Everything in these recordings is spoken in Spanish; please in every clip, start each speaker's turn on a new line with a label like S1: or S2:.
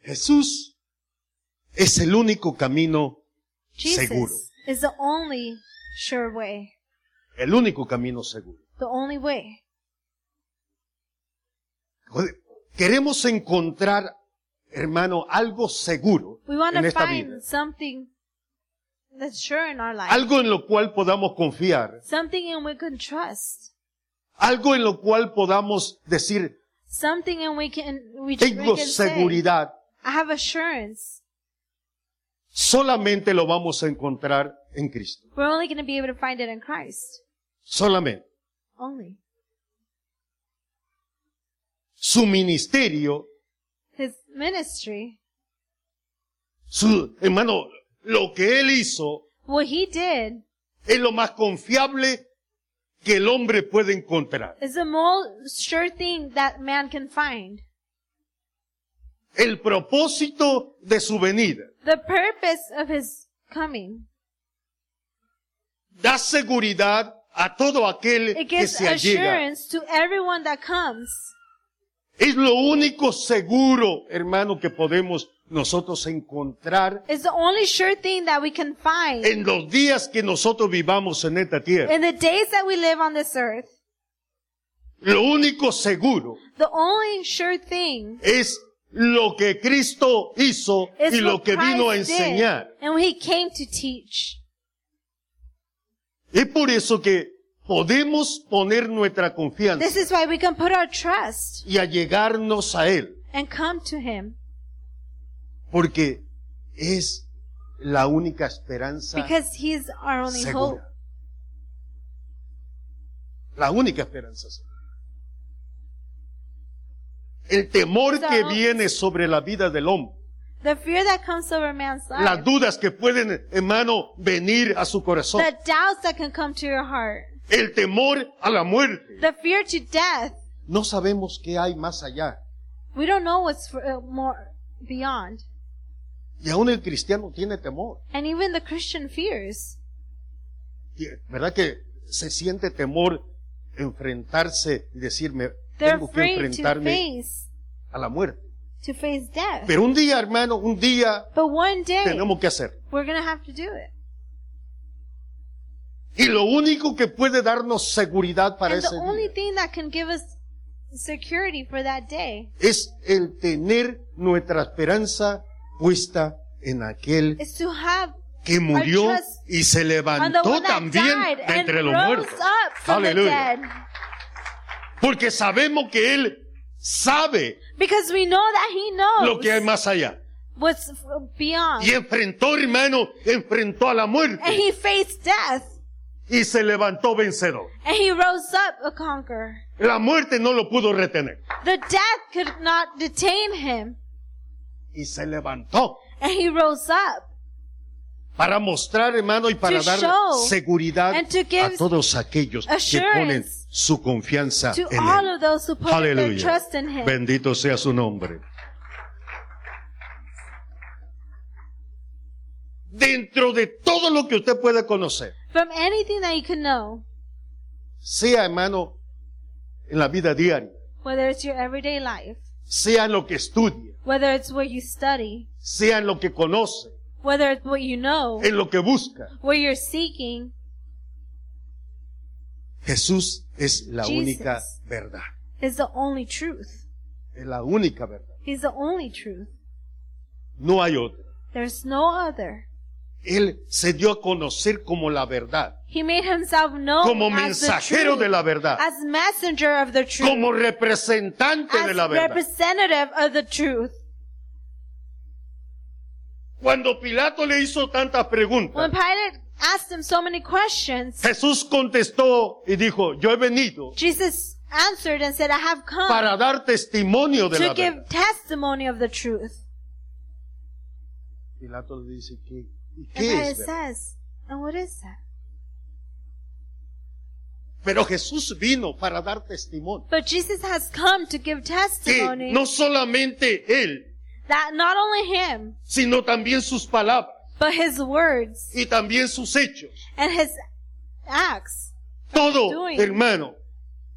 S1: Jesús es el único camino
S2: Jesus
S1: seguro.
S2: is the only sure way,
S1: El único camino seguro.
S2: the only way.
S1: Joder, Queremos encontrar, hermano, algo seguro
S2: We want
S1: en
S2: to
S1: esta
S2: find
S1: vida.
S2: something that's sure in our life,
S1: Algo en lo cual podamos confiar.
S2: something in we can trust,
S1: Algo en lo cual podamos decir,
S2: something in we can we, we
S1: tengo
S2: can say,
S1: seguridad.
S2: I have assurance.
S1: Solamente lo vamos a encontrar en Cristo.
S2: We're only going to be able to find it in Christ.
S1: Solamente.
S2: Only
S1: Su ministerio,
S2: His ministry,
S1: su, hermano, lo que Él hizo
S2: what He did,
S1: es lo más confiable que el hombre puede encontrar.
S2: is the most sure thing that man can find.
S1: El propósito de su venida
S2: The purpose of His coming.
S1: da seguridad a todo aquel
S2: It
S1: que
S2: gives
S1: se allega.
S2: assurance to everyone that comes.
S1: Es lo único seguro, hermano, que podemos nosotros encontrar
S2: It's the only sure thing that we can find
S1: en los días que nosotros vivamos en esta tierra.
S2: in the days that we live on this earth.
S1: Lo único seguro
S2: The only sure thing
S1: es lo que Cristo hizo
S2: is
S1: y lo
S2: what
S1: que vino a
S2: Christ did
S1: enseñar.
S2: and what He came to teach.
S1: Es por eso que podemos poner nuestra
S2: This
S1: confianza
S2: is why we can put our trust
S1: y allegarnos a Él,
S2: and come to Him.
S1: porque es la única esperanza
S2: Because he's our only hope.
S1: segura. La única esperanza segura. El temor
S2: So-
S1: que viene sobre la vida del hombre,
S2: The fear that comes over man's
S1: las
S2: life.
S1: dudas que pueden, hermano, venir a su corazón,
S2: The doubts that can come to your heart.
S1: el temor a la muerte.
S2: The fear to death.
S1: No sabemos qué hay más allá.
S2: We don't know what's for, uh, more beyond.
S1: Y aún el cristiano tiene temor.
S2: And even the Christian fears.
S1: Y, ¿Verdad que se siente temor enfrentarse y decirme,
S2: They're
S1: tengo que
S2: afraid to
S1: enfrentarme
S2: face,
S1: a la muerte?
S2: to face death.
S1: Pero un día, hermano, un día
S2: But one day,
S1: tenemos que hacer.
S2: we're gonna have to do it.
S1: Y lo único que puede darnos seguridad para
S2: And the
S1: ese
S2: only
S1: día
S2: thing that can give us security for that day
S1: es el tener nuestra esperanza puesta en aquel
S2: is to have
S1: que murió
S2: our trust
S1: y se
S2: on the
S1: levantó
S2: one that
S1: también
S2: died
S1: de
S2: and
S1: entre los
S2: rose
S1: muertos.
S2: up from the
S1: Aleluya.
S2: dead.
S1: Porque sabemos que Él sabe
S2: Because we know that He knows.
S1: lo que hay más allá.
S2: what's f- beyond.
S1: Y enfrentó, hermano, enfrentó a la
S2: And
S1: muerte
S2: he faced death.
S1: y se levantó vencedor.
S2: And he rose up a conqueror.
S1: La muerte no lo pudo retener.
S2: The death could not detain him.
S1: Y se levantó
S2: And he rose up.
S1: para mostrar, hermano, y para
S2: To
S1: dar
S2: show
S1: seguridad
S2: and to
S1: a
S2: give
S1: todos aquellos que
S2: assurance
S1: ponen su confianza
S2: To
S1: en
S2: all
S1: Él.
S2: of those who put their
S1: Aleluya.
S2: trust in him.
S1: Bendito sea su nombre. Dentro de todo lo que usted puede conocer,
S2: From anything that you can know.
S1: sea, hermano, en la vida diaria,
S2: Whether it's your everyday life.
S1: sea en lo que estudia,
S2: Whether it's what you study.
S1: sea en lo que conoce,
S2: Whether it's what you know.
S1: en lo que busca.
S2: What you're seeking.
S1: Jesús es la
S2: Jesus.
S1: única verdad.
S2: Is the only truth.
S1: Es la única verdad.
S2: He's the only truth.
S1: No hay otra.
S2: There's no other.
S1: Él se dio a conocer como la verdad,
S2: He made himself known
S1: como
S2: Oh, as the
S1: mensajero
S2: truth,
S1: de la verdad,
S2: as messenger of the truth.
S1: como representante de
S2: as
S1: la verdad.
S2: representative of the truth.
S1: Cuando Pilato le hizo tantas
S2: When
S1: preguntas,
S2: Pilate asked him so many questions,
S1: Jesús contestó y dijo, yo he venido
S2: Jesus answered and said, I have come
S1: para dar testimonio de
S2: to
S1: la
S2: give
S1: verdad.
S2: testimony of the truth.
S1: Pilato le dice, ¿qué, ¿y
S2: And
S1: qué
S2: Pilate
S1: es verdad?
S2: says, and what is that?
S1: Pero Jesús vino para dar testimonio.
S2: But Jesus has come to give
S1: Que
S2: testimony
S1: no solamente él,
S2: that not only him,
S1: sino también sus palabras
S2: but his words
S1: y también sus hechos
S2: and his acts.
S1: Todo,
S2: doing.
S1: hermano,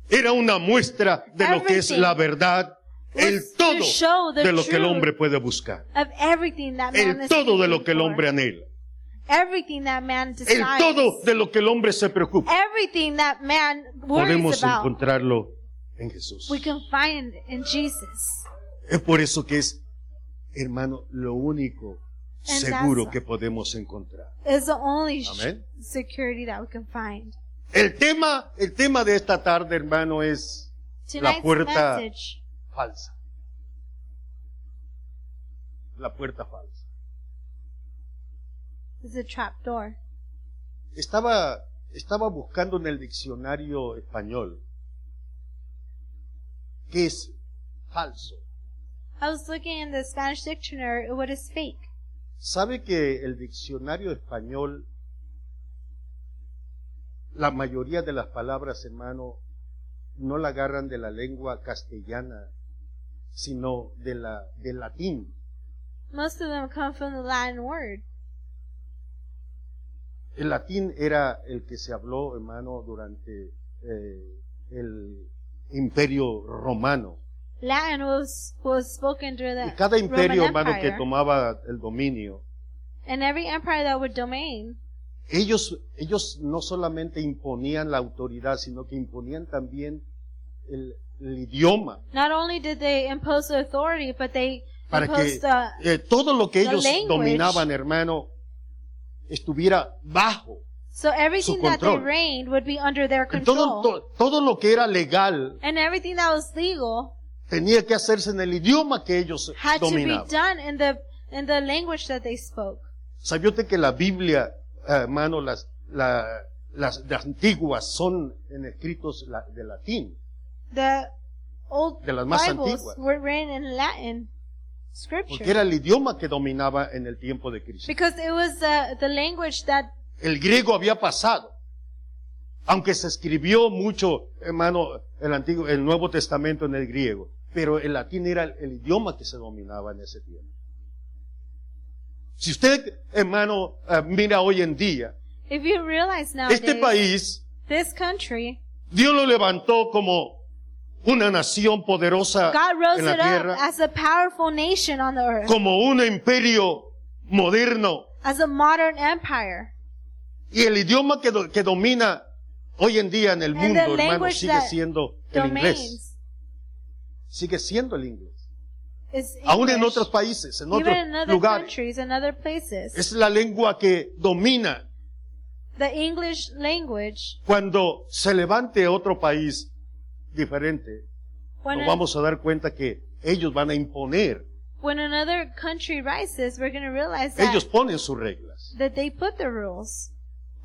S1: era una muestra de lo que es
S2: Everything.
S1: la verdad el
S2: is to
S1: todo
S2: show the
S1: de lo que el
S2: truth
S1: hombre puede buscar,
S2: of everything that man
S1: el
S2: is
S1: todo de
S2: seeking
S1: lo que el
S2: for.
S1: hombre anhela,
S2: everything that man
S1: el
S2: desires,
S1: todo de lo que el hombre se preocupa.
S2: everything that man worries
S1: Podemos
S2: about,
S1: encontrarlo en Jesús.
S2: we can find in Jesus.
S1: Es por eso que es, hermano, lo único
S2: And
S1: seguro
S2: that's-
S1: que podemos encontrar.
S2: It's the only sh-
S1: Amen.
S2: security that we can find.
S1: El tema, el tema de esta tarde, hermano, es
S2: Tonight's
S1: puerta-
S2: message
S1: falsa. La puerta falsa.
S2: is a trap door.
S1: Estaba, estaba buscando en el diccionario español qué es falso.
S2: I was looking in the Spanish dictionary what is fake.
S1: ¿Sabe que el diccionario español, la mayoría de las palabras, hermano, no la agarran de la lengua castellana, sino de la, del latín?
S2: Most of them come from the Latin word.
S1: El latín era el que se habló, hermano, durante eh, el imperio romano.
S2: Latin was was spoken during the
S1: Y cada imperio,
S2: Roman
S1: hermano, que
S2: Empire.
S1: tomaba el dominio,
S2: and every empire that would domain,
S1: ellos, ellos no solamente imponían la autoridad, sino que imponían también el, el idioma
S2: not only did they impose the authority, but they
S1: para que
S2: imposed the
S1: eh, todo lo que
S2: the
S1: ellos
S2: language.
S1: dominaban, hermano, estuviera bajo.
S2: so everything that they
S1: control.
S2: reigned would be under their control.
S1: Todo, to- todo lo que era legal
S2: and everything that was legal
S1: tenía que hacerse en el idioma que ellos
S2: had to
S1: dominaban.
S2: be done in the in the language that they spoke.
S1: ¿Sabía usted que la Biblia, eh, hermano, las, la- las, las antiguas son en escritos la- de latín?
S2: The old
S1: De las más
S2: Bibles
S1: antiguas.
S2: were written in Latin scripture
S1: Porque era el idioma que dominaba en el tiempo de Cristo.
S2: because it was the the language that
S1: El griego había pasado. Aunque se escribió mucho, hermano, el antiguo, el Nuevo Testamento en el griego. Pero el latín era el, el idioma que se dominaba en ese tiempo. Si usted, hermano, eh, mira hoy en día,
S2: if you realize now
S1: este país
S2: this country
S1: Dios lo levantó como una nación poderosa
S2: God rose
S1: en la
S2: it up
S1: tierra,
S2: as a powerful nation on the earth,
S1: como un imperio moderno.
S2: as a modern empire.
S1: Y el idioma que, do- que domina hoy en día en el
S2: And
S1: mundo,
S2: the
S1: hermano,
S2: language
S1: sigue
S2: that
S1: siendo el inglés.
S2: Domains
S1: Sigue siendo el inglés.
S2: is
S1: Aún en
S2: English.
S1: otros países, en
S2: even
S1: otros
S2: in other
S1: lugares.
S2: countries and other places.
S1: Es la lengua que domina.
S2: the English language,
S1: Cuando se levante otro país diferente,
S2: when,
S1: nos
S2: an-
S1: vamos a dar cuenta que ellos van a imponer,
S2: when another country rises, we're going to realize that,
S1: ellos ponen sus reglas.
S2: that they put the rules.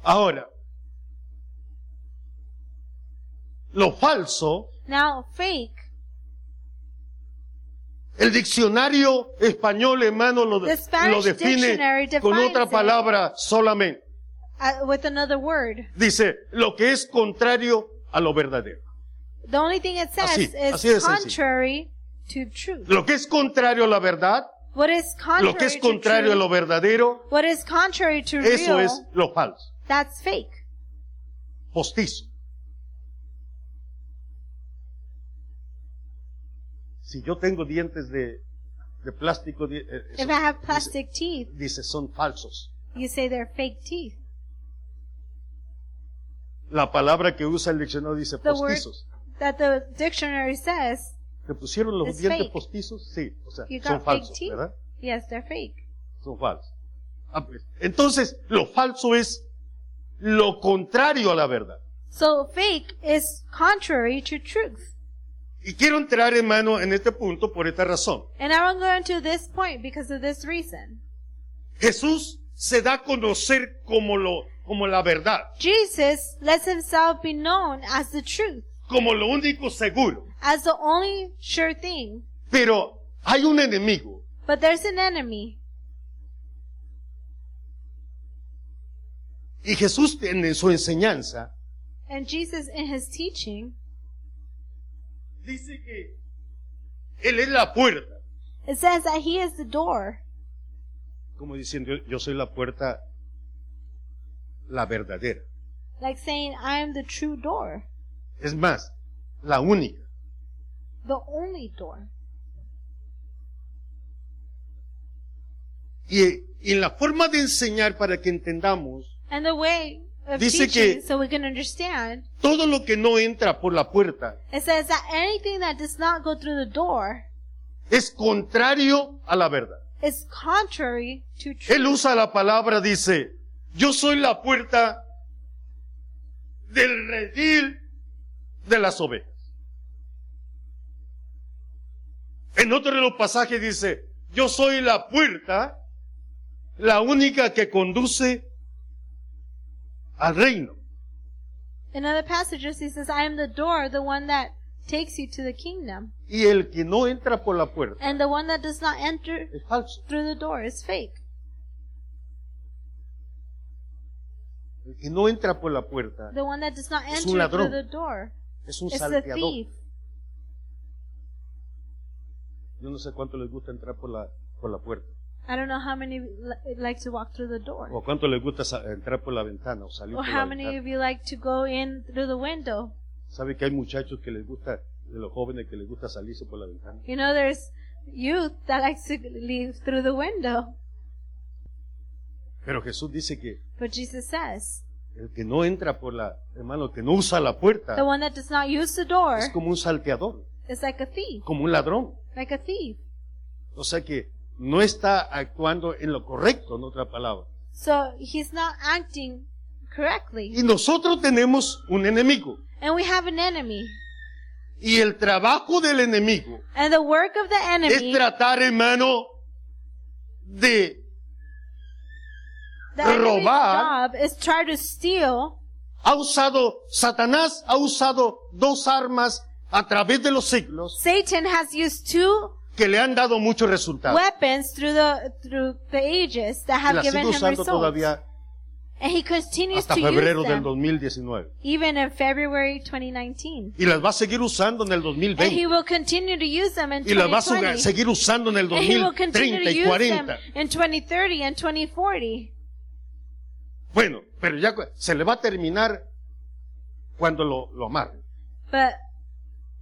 S1: Ahora, lo falso,
S2: Now, fake,
S1: el diccionario español, hermano, lo,
S2: The Spanish
S1: lo define
S2: dictionary
S1: con
S2: defines
S1: otra
S2: it.
S1: palabra solamente.
S2: uh, with another word,
S1: Dice, lo que es contrario a lo verdadero.
S2: the only thing it says
S1: Así,
S2: is
S1: así de sencillo.
S2: contrary to truth.
S1: Lo que es contrario a la verdad,
S2: What is contrary
S1: lo que es
S2: to truth,
S1: contrario a lo verdadero,
S2: what is contrary to
S1: eso
S2: real,
S1: es lo falso,
S2: that's fake.
S1: postizo. Si yo tengo dientes de, de plástico, di- eh,
S2: If
S1: eso-
S2: I have plastic teeth,
S1: dice, son falsos.
S2: you say they're fake teeth.
S1: La palabra que usa el diccionario dice
S2: The word
S1: postizos.
S2: that the dictionary says,
S1: ¿Te pusieron los
S2: is
S1: dientes
S2: fake.
S1: postizos? Sí, o sea,
S2: You got
S1: son
S2: fake
S1: falsos,
S2: teeth.
S1: ¿verdad?
S2: yes, they're fake.
S1: Son falsos. Ah, pues, Entonces, lo falso es lo contrario a la verdad.
S2: So fake is contrary to truth.
S1: Y quiero entrar, hermano, en este punto por esta razón.
S2: And I'm going to this point because of this reason.
S1: Jesús se da a conocer como lo, como la verdad,
S2: Jesus lets himself be known as the truth,
S1: como lo único seguro.
S2: as the only sure thing.
S1: Pero hay un enemigo
S2: But there's an enemy.
S1: y Jesús en su enseñanza
S2: And Jesus in his teaching
S1: dice que él es la puerta.
S2: it says that he is the door.
S1: como diciendo, yo soy la puerta, la verdadera.
S2: Like saying, I am the true door,
S1: Es más, la única.
S2: the only door.
S1: Y, y la forma de enseñar para que entendamos,
S2: And the way of
S1: Dice
S2: teaching,
S1: que-
S2: so we can understand,
S1: todo lo que no entra por la puerta
S2: it says that anything that does not go through the door
S1: es contrario a la verdad.
S2: is contrary to
S1: Él
S2: truth.
S1: usa la palabra, dice, yo soy la puerta del redil de las ovejas. En otro de los pasajes dice, yo soy la puerta, la única que conduce al reino.
S2: In other passages, he says, I am the door, the one that takes you to the kingdom.
S1: Y el que no entra por la puerta
S2: And the one that does not enter
S1: es falso.
S2: through the door is fake.
S1: El que no entra por la puerta
S2: The one that does not
S1: Es un
S2: enter through
S1: ladrón.
S2: the door
S1: es un
S2: is the
S1: salteador.
S2: thief.
S1: Yo no sé cuánto les gusta entrar por la, por la puerta.
S2: I don't know how many li- like to walk through the door.
S1: ¿O cuánto les gusta sa- entrar por la ventana o salir
S2: Or
S1: por la
S2: how many
S1: ventana?
S2: of you like to go in through the window?
S1: ¿Sabe que hay muchachos que les gusta, de los jóvenes que les gusta salirse por la ventana?
S2: You know, there's youth that likes to leave through the window.
S1: Pero Jesús dice que
S2: But Jesus says,
S1: el que no entra por la, hermano, el que no usa la
S2: the
S1: puerta,
S2: one that does not use the door
S1: Uh, es como un salteador,
S2: is like a thief,
S1: como un ladrón.
S2: like a thief.
S1: O sea que no está actuando en lo correcto, en otra palabra.
S2: So he's not acting correctly.
S1: Y nosotros tenemos un enemigo.
S2: And we have an enemy.
S1: Y el trabajo del enemigo
S2: And the work of the
S1: es
S2: enemy
S1: tratar, hermano, de
S2: The enemy's
S1: robar.
S2: job is try to steal.
S1: ha usado, Satanás ha usado dos armas a través de los siglos
S2: Satan has used two
S1: que le han dado muchos resultados.
S2: weapons through the through the ages that
S1: Y
S2: have
S1: la
S2: given
S1: sigo
S2: him
S1: usando
S2: results.
S1: todavía
S2: and he continues
S1: hasta
S2: to use
S1: febrero del
S2: them
S1: 2019.
S2: even in February 2019.
S1: Y las va a seguir usando en el
S2: And he
S1: 2020.
S2: will continue to use them in
S1: Y las va a su-
S2: 2020.
S1: seguir usando en el
S2: and he will continue
S1: 2030
S2: to
S1: y
S2: use
S1: 40.
S2: them in 2030 and 2040.
S1: Bueno, pero ya cu- se le va a terminar cuando lo, lo amarren.
S2: But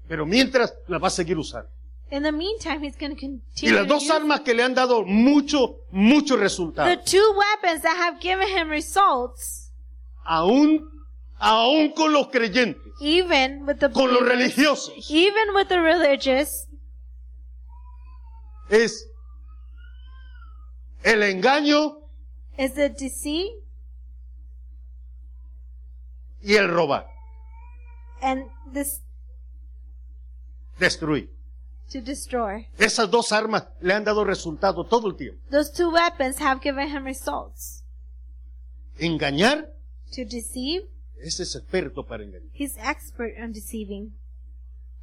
S1: Pero mientras las va a seguir usando.
S2: in the meantime, he's going to
S1: Y
S2: continue
S1: las
S2: to
S1: dos
S2: use
S1: armas que le han dado mucho, mucho
S2: the
S1: resultado.
S2: two weapons that have given him results,
S1: Aún, aún con los creyentes,
S2: even with the
S1: con los
S2: believers.
S1: religiosos.
S2: even with the religious,
S1: es el engaño
S2: is the deceit
S1: y el robar,
S2: and this
S1: destruir.
S2: to destroy.
S1: Esas dos armas le han dado resultado todo el tiempo.
S2: Those two weapons have given him results.
S1: Engañar,
S2: To deceive,
S1: ese es experto para engañar.
S2: he's expert on deceiving.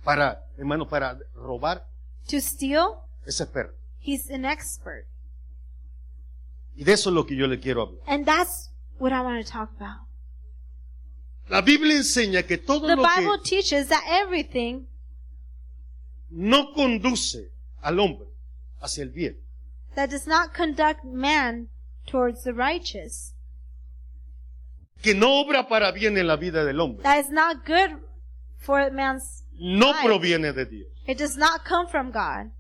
S1: Para, hermano, para robar,
S2: To steal,
S1: es experto.
S2: he's an expert.
S1: Y de eso es lo que yo le quiero hablar.
S2: And that's what I want to talk about.
S1: La Biblia enseña que todo
S2: The
S1: lo
S2: Bible
S1: que
S2: teaches that everything
S1: no conduce al hombre hacia el bien
S2: that does not conduct man towards the righteous,
S1: que no obra para bien en la vida del hombre,
S2: that is not good for man's,
S1: no
S2: Ay.
S1: proviene de Dios.
S2: it does not come from God.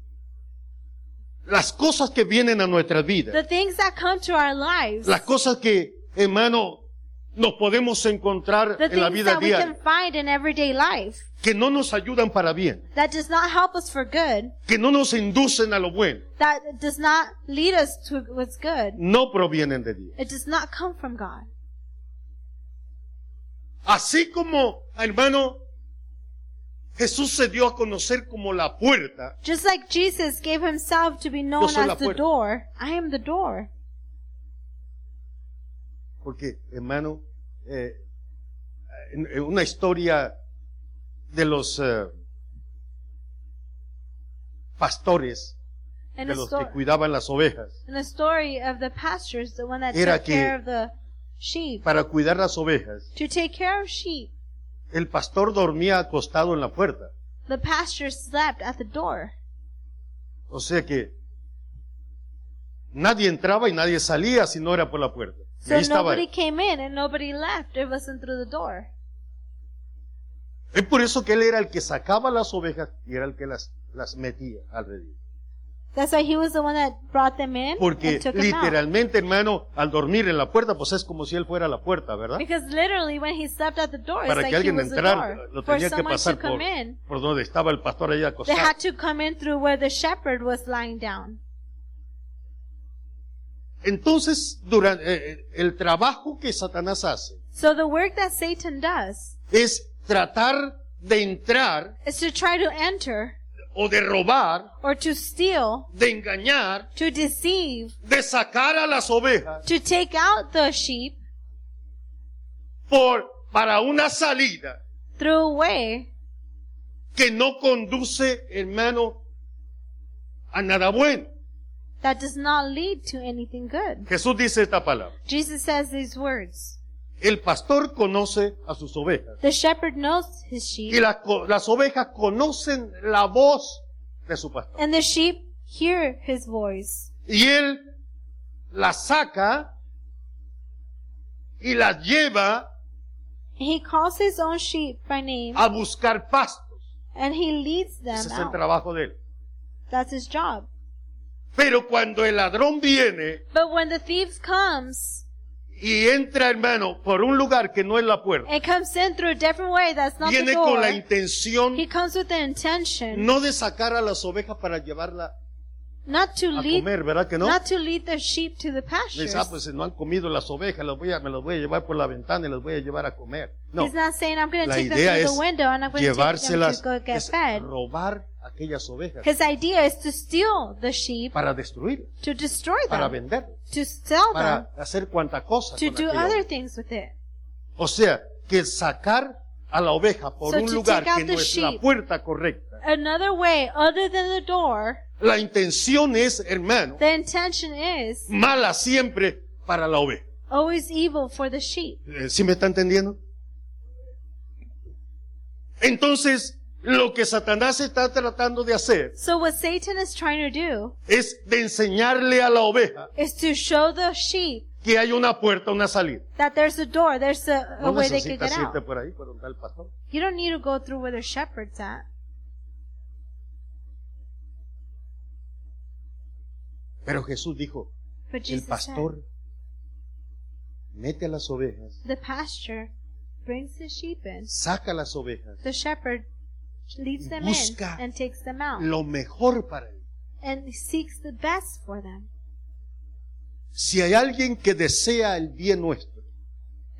S1: Las cosas que vienen a nuestras vidas
S2: The things that come to our lives,
S1: las cosas que, hermano, nos podemos encontrar
S2: the
S1: en la
S2: things
S1: vida
S2: that we can
S1: diaria,
S2: find in everyday life
S1: que no nos ayudan para bien,
S2: that does not help us for good,
S1: que no nos inducen a lo bueno,
S2: that does not lead us to what's good.
S1: no provienen de Dios.
S2: It does not come from God.
S1: Así como, hermano, Jesús se dio a conocer como la puerta,
S2: Just like Jesus gave himself to be known
S1: soy la
S2: as the
S1: puerta.
S2: door, I am the door.
S1: porque, hermano, eh, en- en una historia de los eh, pastores,
S2: In
S1: de
S2: a,
S1: los
S2: sto-
S1: que cuidaban las ovejas,
S2: in a story of the pastures, the one that
S1: Era
S2: took care
S1: que-
S2: of the sheep,
S1: para cuidar las ovejas,
S2: to take care of sheep,
S1: el pastor dormía acostado en la puerta.
S2: the pasture slept at the door.
S1: O sea que nadie entraba y nadie salía si no era por la puerta. Y
S2: So
S1: ahí estaba.
S2: nobody
S1: Él.
S2: came in and nobody left. It wasn't through the door.
S1: Es por eso que él era el que sacaba las ovejas y era el que las, las metía al redil.
S2: That's why he was the one that brought them in
S1: Porque
S2: and took them out.
S1: literalmente, hermano, al dormir en la puerta, pues es como si él fuera la puerta, ¿verdad?
S2: Because literally, when he stepped at the door, it's
S1: Para
S2: like
S1: que
S2: he
S1: alguien
S2: was pues, the
S1: entrara,
S2: door.
S1: lo
S2: For
S1: tenía que
S2: someone to
S1: pasar por,
S2: come in,
S1: por donde estaba el pastor ahí
S2: they
S1: acostado.
S2: had to come in through where the shepherd was lying down.
S1: Entonces, durante eh, el trabajo que Satanás hace
S2: So the work that Satan does
S1: es tratar de entrar
S2: is to try to enter
S1: o de robar,
S2: or to steal,
S1: de engañar,
S2: to deceive,
S1: de sacar a las ovejas
S2: to take out the sheep
S1: por para una salida
S2: through a way
S1: que no conduce, hermano, a nada bueno.
S2: that does not lead to anything good.
S1: Jesús dice esta palabra.
S2: Jesus says these words.
S1: El pastor conoce a sus ovejas
S2: The shepherd knows his
S1: y
S2: sheep,
S1: las, co- las ovejas conocen la voz de su pastor.
S2: and the sheep hear his voice.
S1: Y él las saca y las lleva
S2: And he calls his own sheep by name,
S1: a buscar pastos.
S2: and he leads them
S1: Ese es el
S2: out.
S1: trabajo de él.
S2: That's his job.
S1: Pero cuando el ladrón viene
S2: But when the thief comes,
S1: y entra, hermano, por un lugar que no es la puerta,
S2: it comes in through a different way. That's not the
S1: viene con la
S2: door.
S1: intención
S2: He comes with the intention
S1: no de sacar a las ovejas para llevarla
S2: not to
S1: a
S2: lead,
S1: comer, ¿verdad que no?
S2: not to lead the sheep to the
S1: Dice, ah,
S2: pastures.
S1: pues no han comido las ovejas, las voy a- me las voy a llevar por la ventana y las voy a llevar a comer. No,
S2: He's not saying I'm going to
S1: la
S2: take them
S1: idea
S2: through
S1: es
S2: the window and I'm going to take them to
S1: llevárselas,
S2: go get
S1: es
S2: fed.
S1: robar aquellas ovejas
S2: His idea is to steal the sheep,
S1: para destruirlas,
S2: to destroy
S1: para
S2: them,
S1: venderlas,
S2: to sell them,
S1: para hacer cuanta cosa.
S2: to
S1: con
S2: do
S1: aquella
S2: other
S1: oveja.
S2: things with it.
S1: O sea, que sacar a la oveja por
S2: So
S1: un
S2: to
S1: lugar
S2: take out
S1: que no
S2: the
S1: es la
S2: sheep.
S1: puerta correcta.
S2: Another way, other than the door,
S1: La intención es, hermano,
S2: the intention is
S1: mala siempre para la oveja.
S2: always evil for the sheep.
S1: Eh, ¿Sí me está entendiendo? Entonces, lo que Satanás está tratando de hacer
S2: So what Satan is trying to do
S1: es de enseñarle a la oveja
S2: is to show the sheep
S1: que hay una puerta, una salida.
S2: that there's a door, there's a, a
S1: No
S2: way they can get
S1: necesitas irte
S2: out.
S1: por ahí, por donde está el pastor.
S2: You don't need to go through where the shepherd's at.
S1: Pero Jesús dijo,
S2: But
S1: el
S2: Jesus
S1: pastor mete a las ovejas,
S2: said, the pasture brings the sheep in.
S1: saca las ovejas,
S2: The shepherd leads them
S1: Busca
S2: in and takes them out
S1: lo mejor para él.
S2: and seeks the best for them.
S1: Si hay alguien que desea el bien nuestro,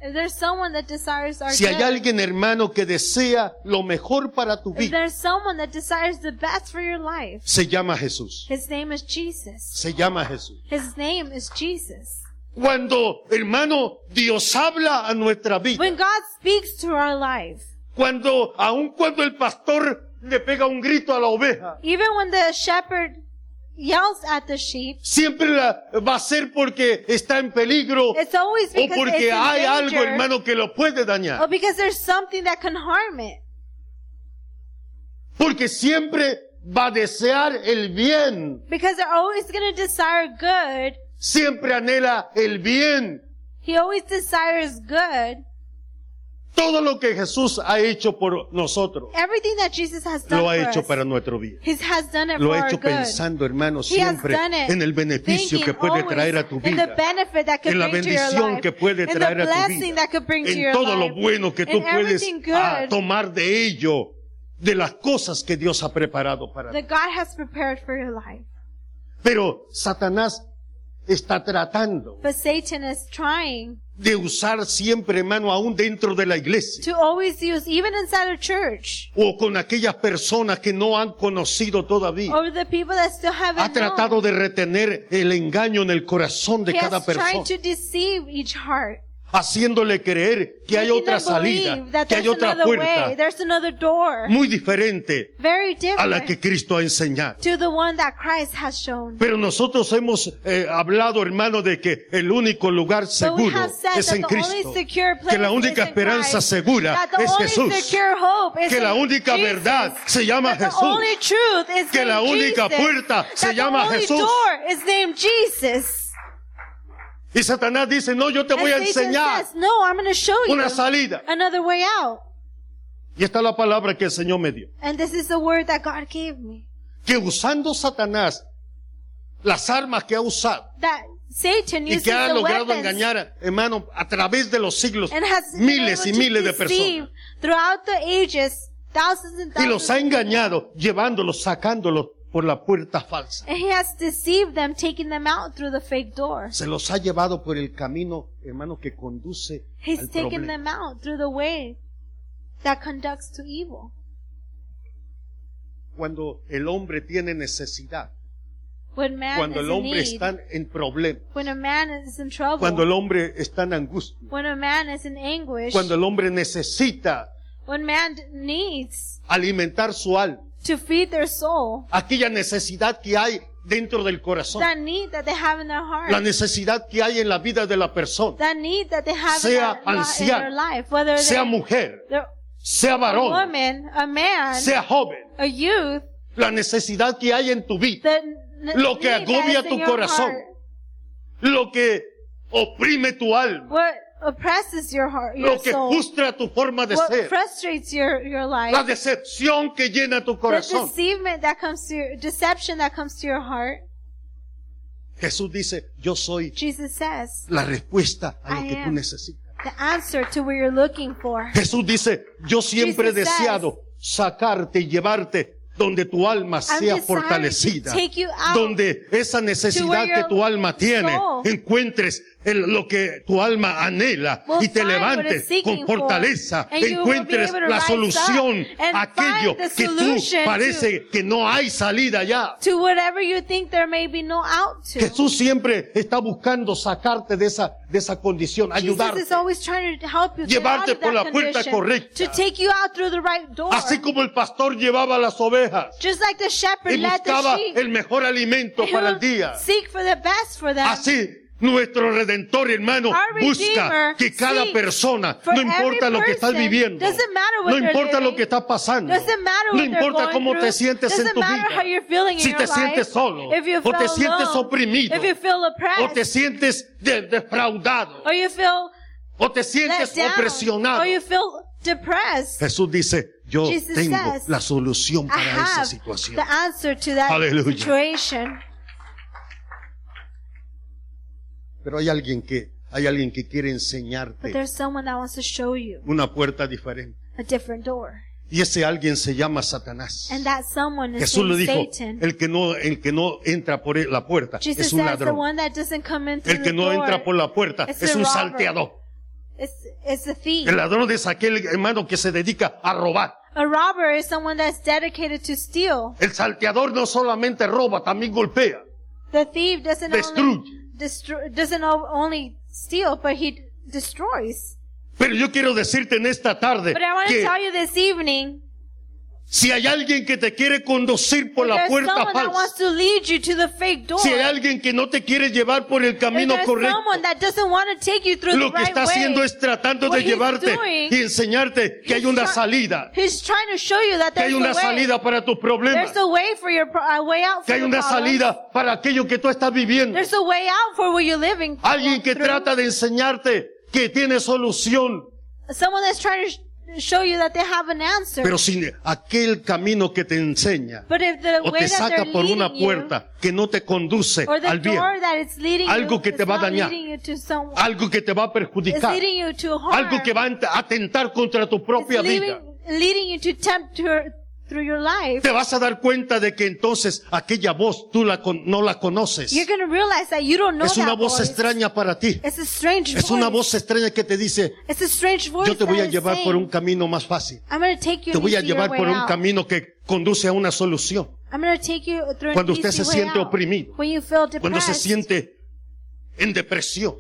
S2: If there's someone that desires our
S1: si hay
S2: good,
S1: alguien hermano que desea lo mejor para tu
S2: if
S1: vida,
S2: there's someone that desires the best for your life,
S1: se llama Jesús.
S2: his name is Jesus.
S1: Se llama Jesús.
S2: His name is Jesus.
S1: Cuando, hermano, Dios habla a nuestra vida,
S2: When God speaks to our life,
S1: cuando, aun cuando el pastor le pega un grito a la oveja,
S2: even when the shepherd yells at the sheep,
S1: siempre la va a ser porque está en peligro o
S2: it's always because it's
S1: porque
S2: in
S1: hay algo,
S2: danger, Oh.
S1: hermano, que lo puede
S2: or
S1: dañar.
S2: because there's something that can harm it.
S1: Porque siempre va a desear el bien,
S2: Because they're always going to desire good.
S1: siempre anhela el bien.
S2: He always desires good.
S1: Todo lo que Jesús ha hecho por nosotros,
S2: Everything that Jesus has done
S1: lo ha
S2: for
S1: hecho
S2: us,
S1: para nuestro bien.
S2: He has done it
S1: Lo
S2: for
S1: ha
S2: our
S1: hecho
S2: good.
S1: pensando, hermano,
S2: He has
S1: siempre
S2: done it
S1: en el beneficio
S2: thinking
S1: que puede
S2: always
S1: traer a tu
S2: in the
S1: vida.
S2: benefit that could
S1: en la
S2: bring to your
S1: bendición
S2: life,
S1: que puede
S2: in the
S1: traer a tu
S2: blessing
S1: vida,
S2: that could bring to
S1: en
S2: your
S1: todo
S2: life,
S1: lo bueno que tú
S2: in
S1: puedes
S2: everything
S1: ah,
S2: good
S1: tomar de ello, de las cosas que Dios ha preparado para ti.
S2: that God has prepared for your life.
S1: Pero Satanás está tratando
S2: But Satan is trying
S1: de usar siempre, hermano, aún dentro de la iglesia
S2: to always use, even inside a church,
S1: o con aquellas personas que no han conocido todavía.
S2: over the people that still
S1: Ha
S2: haven't
S1: tratado
S2: known.
S1: de retener el engaño en el corazón de
S2: He
S1: cada
S2: has
S1: persona,
S2: tried to deceive each heart.
S1: haciéndole creer que hay
S2: making
S1: otra
S2: them believe
S1: salida,
S2: that
S1: que hay
S2: there's
S1: otra
S2: another way,
S1: puerta
S2: there's another door,
S1: muy diferente
S2: very
S1: a la
S2: different
S1: que Cristo ha enseñado.
S2: to the one that Christ has shown.
S1: Pero nosotros hemos eh, hablado, hermano, de que el único lugar seguro
S2: have said
S1: es
S2: that
S1: en
S2: the
S1: Cristo,
S2: only secure place
S1: que la única
S2: is in
S1: esperanza
S2: Christ,
S1: segura
S2: that the
S1: es
S2: only
S1: Jesús,
S2: secure hope is
S1: que la
S2: in
S1: única
S2: Jesus,
S1: verdad se llama
S2: that the
S1: Jesús,
S2: only truth is
S1: que la
S2: named
S1: única
S2: Jesus,
S1: puerta se
S2: that
S1: llama
S2: the only
S1: Jesús.
S2: door is named Jesus.
S1: Y Satanás dice, no, yo te voy a
S2: And Satan
S1: enseñar
S2: says, no, I'm going to show you
S1: una salida.
S2: another way out.
S1: Y esta es la palabra que el Señor me dio.
S2: And this is the word that God gave me.
S1: Que usando Satanás las armas que ha usado
S2: that Satan
S1: y
S2: uses
S1: que ha
S2: the
S1: logrado
S2: weapons
S1: engañar, hermano, a través de los siglos,
S2: and has been
S1: miles y
S2: able to
S1: miles de
S2: deceive
S1: personas.
S2: throughout the ages, thousands and
S1: Y
S2: thousands.
S1: los ha
S2: of people.
S1: engañado llevándolos, sacándolos por la puerta falsa.
S2: And he has deceived them, taking them out through the fake door.
S1: Se los ha llevado por el camino, hermano, que conduce al
S2: He's taken
S1: problema.
S2: them out through the way that conducts to evil.
S1: Cuando el hombre tiene necesidad,
S2: When man
S1: cuando el
S2: is in
S1: hombre
S2: need,
S1: está en problema,
S2: when a man is in trouble,
S1: cuando el hombre está en angustia,
S2: when a man is in anguish,
S1: cuando el hombre necesita
S2: when man needs
S1: alimentar su alma,
S2: to feed their soul,
S1: aquella necesidad que hay dentro del corazón,
S2: that need that they have in their heart,
S1: la necesidad que hay en la vida de la persona,
S2: that need that they have in,
S1: Sea
S2: their, li- in
S1: anciano,
S2: their life, whether
S1: sea
S2: they're,
S1: mujer,
S2: they're
S1: sea
S2: a
S1: varón,
S2: woman, a man,
S1: sea joven,
S2: a youth,
S1: la necesidad que hay en tu vida,
S2: the n-
S1: Lo que
S2: need that
S1: agobia
S2: is in
S1: tu
S2: your
S1: corazón.
S2: heart,
S1: lo que oprime tu alma,
S2: what oppresses your heart, your
S1: lo que
S2: soul,
S1: frustra tu forma de
S2: what
S1: ser,
S2: frustrates your, your life,
S1: la decepción que llena tu
S2: the
S1: corazón.
S2: deceivement that comes to your, deception that comes to your heart.
S1: Jesús dice, yo soy
S2: Jesus says
S1: la respuesta a lo
S2: I
S1: que tú
S2: am.
S1: necesitas.
S2: the answer to what you're looking for.
S1: Jesús dice, yo siempre he
S2: Jesus says,
S1: deseado sacarte y llevarte donde tu alma
S2: I'm
S1: sea
S2: desiring to
S1: fortalecida,
S2: take you out
S1: donde esa necesidad
S2: where your
S1: que tu alma tiene,
S2: soul-
S1: encuentres el- lo que tu alma anhela
S2: will
S1: y te
S2: find what it's
S1: levantes
S2: seeking
S1: con
S2: for,
S1: fortaleza,
S2: and you will be
S1: encuentres
S2: able to
S1: la
S2: rise
S1: solución
S2: up and
S1: a aquello
S2: find the
S1: que tú
S2: solution to-
S1: parece que no hay salida ya.
S2: To whatever you think there may be no out to.
S1: Jesús siempre está buscando sacarte de esa, de esa condición,
S2: Jesus
S1: ayudarte.
S2: is always trying to help you get
S1: Llevarte
S2: out of
S1: por
S2: that
S1: la puerta
S2: condition,
S1: correcta.
S2: to take you out through the right door.
S1: Así como el pastor llevaba las ovejas
S2: Just like the shepherd
S1: y
S2: led the
S1: buscaba
S2: sheep,
S1: el mejor alimento
S2: he
S1: para el
S2: will
S1: día.
S2: seek for the best for them.
S1: Así nuestro redentor hermano
S2: Our
S1: busca
S2: Redeemer
S1: que cada
S2: seeks
S1: persona,
S2: for
S1: no importa
S2: every
S1: lo que estás
S2: person,
S1: viviendo,
S2: doesn't matter what
S1: no
S2: they're
S1: importa lo
S2: living,
S1: que está pasando,
S2: Doesn't matter
S1: no
S2: what they're
S1: importa
S2: going
S1: cómo
S2: through.
S1: te sientes en
S2: Doesn't
S1: tu
S2: matter how you're
S1: vida,
S2: feeling in
S1: si
S2: your
S1: te sientes
S2: life,
S1: solo
S2: if you
S1: o te
S2: feel
S1: sientes
S2: alone,
S1: oprimido
S2: if you feel
S1: o te
S2: oppressed,
S1: sientes de- defraudado
S2: or you feel
S1: o te
S2: let
S1: sientes
S2: down,
S1: opresionado.
S2: or you feel depressed.
S1: Jesús dice, yo
S2: Jesus
S1: tengo
S2: says,
S1: la solución
S2: I
S1: para esa
S2: have
S1: situación.
S2: the answer to that
S1: Aleluya.
S2: situation.
S1: Pero hay alguien que hay alguien que quiere
S2: But
S1: enseñarte
S2: there's someone that wants to show you
S1: una puerta diferente.
S2: a different door.
S1: Y ese alguien se llama Satanás.
S2: And that someone is
S1: Jesús lo
S2: named
S1: dijo,
S2: Satan.
S1: el que no el que no entra por e, la puerta
S2: Jesus
S1: es un
S2: says the
S1: ladrón.
S2: one that doesn't come in through
S1: El que
S2: the
S1: no
S2: door
S1: entra por la puerta
S2: It's
S1: es
S2: a
S1: un
S2: robber.
S1: salteador.
S2: is, is a thief.
S1: El ladrón es aquel hermano que se dedica a robar.
S2: A robber is someone that's dedicated to steal.
S1: El salteador no solamente roba, también golpea.
S2: The thief doesn't only
S1: Destruye.
S2: destro- doesn't o- only steal, but he destroys.
S1: Pero yo quiero decirte en esta tarde
S2: But I want to
S1: que
S2: tell you this evening,
S1: si hay alguien que te quiere conducir por la
S2: there's
S1: puerta
S2: someone that wants
S1: falsa,
S2: to lead you to the fake door.
S1: si hay alguien que no te quiere llevar por el
S2: If
S1: camino
S2: there's
S1: correcto,
S2: someone that doesn't want to take you through
S1: lo
S2: the
S1: que
S2: right
S1: está
S2: way,
S1: haciendo es tratando
S2: What
S1: de
S2: he's
S1: llevarte
S2: doing,
S1: y enseñarte que hay
S2: he's
S1: una
S2: try-
S1: salida,
S2: He's trying to show you that
S1: que
S2: there's
S1: hay una
S2: a way.
S1: salida para tus problemas,
S2: There's a way for your pro- a way out for
S1: que hay
S2: your
S1: una
S2: problems.
S1: salida para aquello que tú estás viviendo.
S2: There's a way out for what you're living.
S1: Alguien que
S2: through.
S1: trata de enseñarte que tiene solución,
S2: Someone that's trying to sh- show you that they have an answer.
S1: pero sin aquel camino que te enseña
S2: but if the
S1: o
S2: way
S1: te
S2: that they're
S1: saca por
S2: leading
S1: una puerta que no te conduce
S2: you, or the
S1: al bien,
S2: door that it's leading
S1: algo
S2: you,
S1: que te
S2: it's
S1: va a
S2: not
S1: dañar.
S2: leading you to someone,
S1: algo que te va a
S2: it's
S1: perjudicar,
S2: leading you to harm,
S1: algo que va a ent- atentar contra tu
S2: it's
S1: propia vida.
S2: leading, leading you to tempt your, through your life.
S1: Te vas a dar cuenta de que entonces aquella voz tú la con- no la conoces.
S2: You're going to realize that you don't know
S1: Es una
S2: that
S1: voz
S2: voice.
S1: extraña para ti.
S2: It's a strange
S1: Es
S2: voice.
S1: una voz extraña que te dice,
S2: It's a strange voice
S1: yo te voy a
S2: that is
S1: llevar por
S2: saying,
S1: un camino más fácil.
S2: I'm going to take you
S1: Te voy a
S2: an easy
S1: llevar
S2: way
S1: por un
S2: out.
S1: camino que conduce a una solución.
S2: I'm going to take you through
S1: Cuando
S2: an
S1: usted
S2: easy
S1: se
S2: way
S1: siente
S2: out.
S1: oprimido,
S2: when you feel
S1: Cuando se
S2: depressed,
S1: siente en depresión.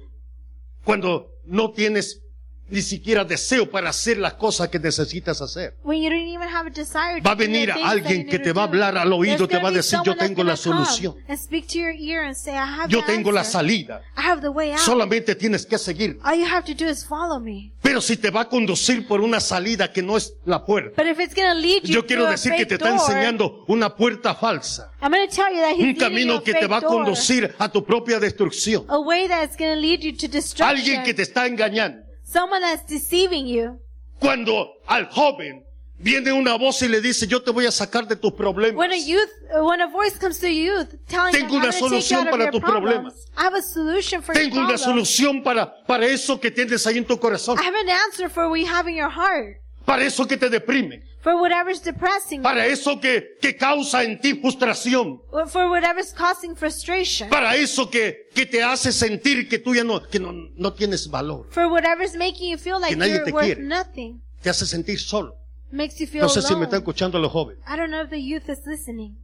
S1: Cuando no tienes ni siquiera deseo para hacer las cosas que necesitas hacer.
S2: when you don't even have a desire to
S1: Va a
S2: do the
S1: venir
S2: things
S1: alguien
S2: that you
S1: que
S2: need
S1: te
S2: to
S1: va a
S2: do.
S1: hablar al oído,
S2: There's
S1: te va a
S2: gonna be
S1: decir,
S2: someone
S1: "Yo
S2: that's
S1: tengo la
S2: gonna come
S1: solución.
S2: and speak to your ear and say, I have
S1: Yo
S2: the
S1: tengo la
S2: answer.
S1: salida.
S2: I have the way out.
S1: Solamente tienes que seguir.
S2: All you have to do is follow me.
S1: Pero si te va a conducir por una salida que no es la puerta.
S2: But if it's going to lead you
S1: Yo quiero
S2: through a
S1: decir que
S2: fake
S1: te está
S2: door,
S1: enseñando una puerta falsa.
S2: I'm going to tell you that he's
S1: un
S2: leading you
S1: camino
S2: a
S1: que te
S2: fake
S1: va a
S2: door,
S1: conducir a tu propia destrucción.
S2: A way that's going to lead you to destruction.
S1: Alguien que te está engañando.
S2: Someone that's deceiving you.
S1: Cuando al joven Viene una voz y le dice, yo te voy a sacar de tus problemas.
S2: When a youth, uh, when a voice comes to youth telling
S1: Tengo
S2: them
S1: una
S2: how to take you
S1: solución
S2: out of
S1: para
S2: your
S1: tus
S2: problems, I have a solution for
S1: Tengo
S2: your
S1: una
S2: problems.
S1: solución para, para eso que tienes ahí en tu corazón,
S2: I have an answer for what you have in your heart,
S1: para eso que te deprime,
S2: for whatever's depressing, you,
S1: para eso que, que causa en ti frustración,
S2: or for whatever's causing frustration,
S1: para eso que, que te hace sentir que tú ya no, que no, no tienes valor,
S2: for whatever's making you feel like
S1: nadie
S2: you're
S1: te
S2: worth
S1: quiere.
S2: nothing,
S1: te hace sentir solo.
S2: makes you feel
S1: No sé si me
S2: alone.
S1: están escuchando los jóvenes.
S2: I don't know if the youth is listening.